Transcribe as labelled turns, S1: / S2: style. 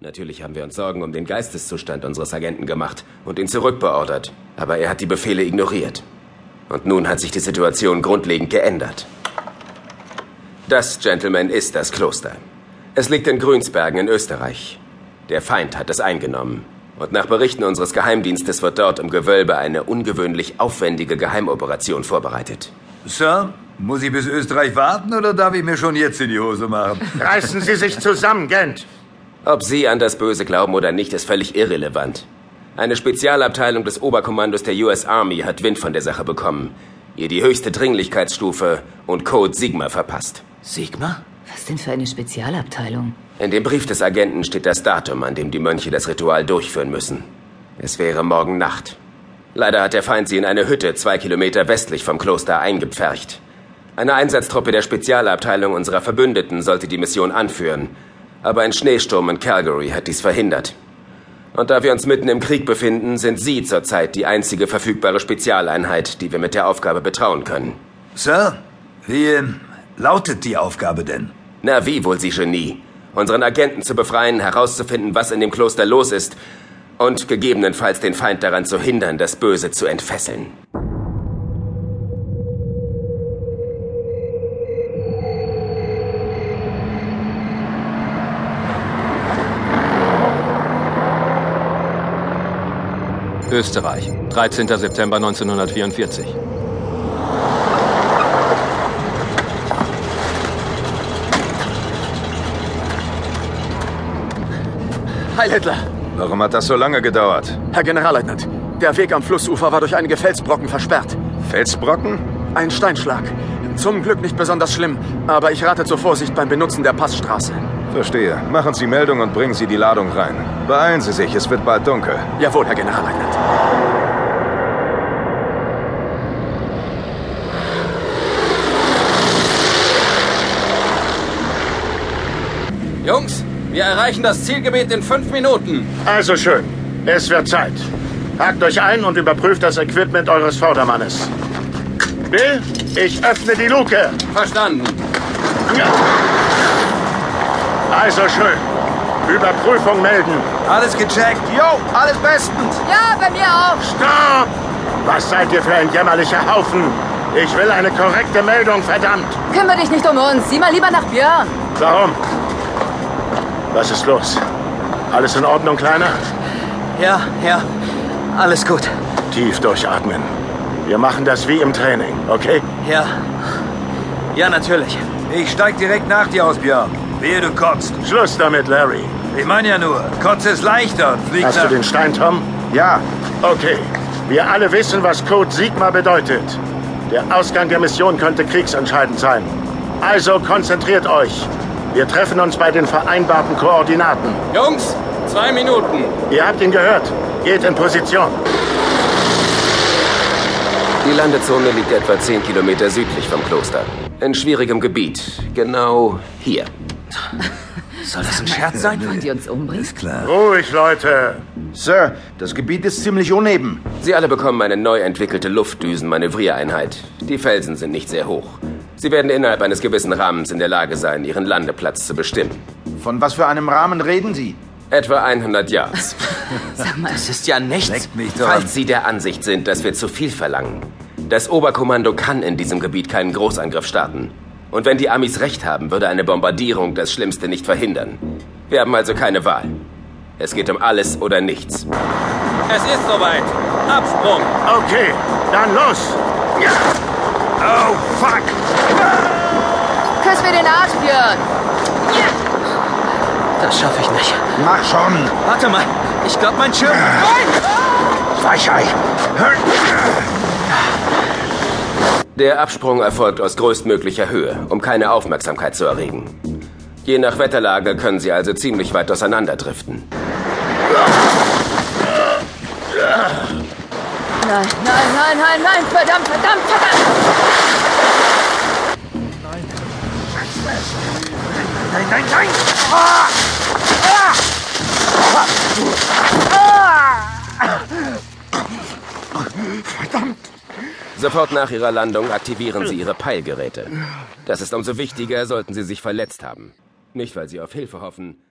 S1: Natürlich haben wir uns Sorgen um den Geisteszustand unseres Agenten gemacht und ihn zurückbeordert. Aber er hat die Befehle ignoriert. Und nun hat sich die Situation grundlegend geändert. Das, Gentlemen, ist das Kloster. Es liegt in Grünsbergen in Österreich. Der Feind hat es eingenommen. Und nach Berichten unseres Geheimdienstes wird dort im Gewölbe eine ungewöhnlich aufwendige Geheimoperation vorbereitet.
S2: Sir, muss ich bis Österreich warten oder darf ich mir schon jetzt in die Hose machen?
S3: Reißen Sie sich zusammen, Gent!
S1: Ob Sie an das Böse glauben oder nicht, ist völlig irrelevant. Eine Spezialabteilung des Oberkommandos der US Army hat Wind von der Sache bekommen, ihr die höchste Dringlichkeitsstufe und Code Sigma verpasst.
S3: Sigma?
S4: Was denn für eine Spezialabteilung?
S1: In dem Brief des Agenten steht das Datum, an dem die Mönche das Ritual durchführen müssen. Es wäre morgen Nacht. Leider hat der Feind sie in eine Hütte zwei Kilometer westlich vom Kloster eingepfercht. Eine Einsatztruppe der Spezialabteilung unserer Verbündeten sollte die Mission anführen, aber ein Schneesturm in Calgary hat dies verhindert. Und da wir uns mitten im Krieg befinden, sind Sie zurzeit die einzige verfügbare Spezialeinheit, die wir mit der Aufgabe betrauen können.
S2: Sir, wie ähm, lautet die Aufgabe denn?
S1: Na wie wohl, Sie Genie? Unseren Agenten zu befreien, herauszufinden, was in dem Kloster los ist und gegebenenfalls den Feind daran zu hindern, das Böse zu entfesseln.
S5: Österreich, 13. September 1944.
S6: Heil Hitler!
S7: Warum hat das so lange gedauert?
S6: Herr Generalleutnant, der Weg am Flussufer war durch einige Felsbrocken versperrt.
S7: Felsbrocken?
S6: Ein Steinschlag. Zum Glück nicht besonders schlimm, aber ich rate zur Vorsicht beim Benutzen der Passstraße.
S7: Verstehe. Machen Sie Meldung und bringen Sie die Ladung rein. Beeilen Sie sich, es wird bald dunkel.
S6: Jawohl, Herr Generalleutnant.
S8: Jungs, wir erreichen das Zielgebiet in fünf Minuten.
S3: Also schön. Es wird Zeit. Hakt euch ein und überprüft das Equipment eures Vordermannes. Bill, ich öffne die Luke.
S8: Verstanden.
S3: Also schön. Überprüfung melden.
S2: Alles gecheckt. Jo, alles bestens.
S9: Ja, bei mir auch.
S3: Stopp! Was seid ihr für ein jämmerlicher Haufen? Ich will eine korrekte Meldung, verdammt.
S9: Kümmere dich nicht um uns. Sieh mal lieber nach Björn.
S3: Warum? Was ist los? Alles in Ordnung, Kleiner?
S6: Ja, ja. Alles gut.
S3: Tief durchatmen. Wir machen das wie im Training, okay?
S6: Ja. Ja, natürlich.
S2: Ich steig direkt nach dir aus, Björn. Wehe, du kotzt.
S3: Schluss damit, Larry.
S2: Ich meine ja nur, Kotze ist leichter und fliegt
S3: Hast
S2: nach...
S3: du den Stein, Tom?
S2: Ja,
S3: Okay. Wir alle wissen, was Code Sigma bedeutet. Der Ausgang der Mission könnte kriegsentscheidend sein. Also konzentriert euch. Wir treffen uns bei den vereinbarten Koordinaten.
S8: Jungs, zwei Minuten.
S3: Ihr habt ihn gehört. Geht in Position.
S1: Die Landezone liegt etwa 10 Kilometer südlich vom Kloster. In schwierigem Gebiet. Genau hier.
S6: Soll das ein Scherz sein?
S4: Wollen die uns umbringen?
S3: Ruhig, Leute.
S10: Sir, das Gebiet ist ziemlich uneben.
S1: Sie alle bekommen eine neu entwickelte Luftdüsenmanövriereinheit. Die Felsen sind nicht sehr hoch. Sie werden innerhalb eines gewissen Rahmens in der Lage sein, ihren Landeplatz zu bestimmen.
S10: Von was für einem Rahmen reden Sie?
S1: Etwa 100 Yards.
S4: Sag mal,
S6: Das ist ja nichts.
S2: leckt mich doch.
S1: Falls Sie der Ansicht sind, dass wir zu viel verlangen. Das Oberkommando kann in diesem Gebiet keinen Großangriff starten. Und wenn die Amis recht haben, würde eine Bombardierung das Schlimmste nicht verhindern. Wir haben also keine Wahl. Es geht um alles oder nichts.
S8: Es ist soweit. Absprung.
S3: Okay, dann los. Ja. Oh, fuck.
S9: Küss mir den Arsch, Björn.
S6: Das schaffe ich nicht.
S10: Mach schon.
S6: Warte mal. Ich glaube, mein Schirm.
S3: Weichei.
S1: Der Absprung erfolgt aus größtmöglicher Höhe, um keine Aufmerksamkeit zu erregen. Je nach Wetterlage können sie also ziemlich weit auseinanderdriften.
S9: Nein, nein, nein, nein, nein. Verdammt, verdammt, verdammt.
S3: Nein, nein, nein.
S1: Sofort nach ihrer Landung aktivieren sie ihre Peilgeräte. Das ist umso wichtiger, sollten sie sich verletzt haben. Nicht, weil sie auf Hilfe hoffen,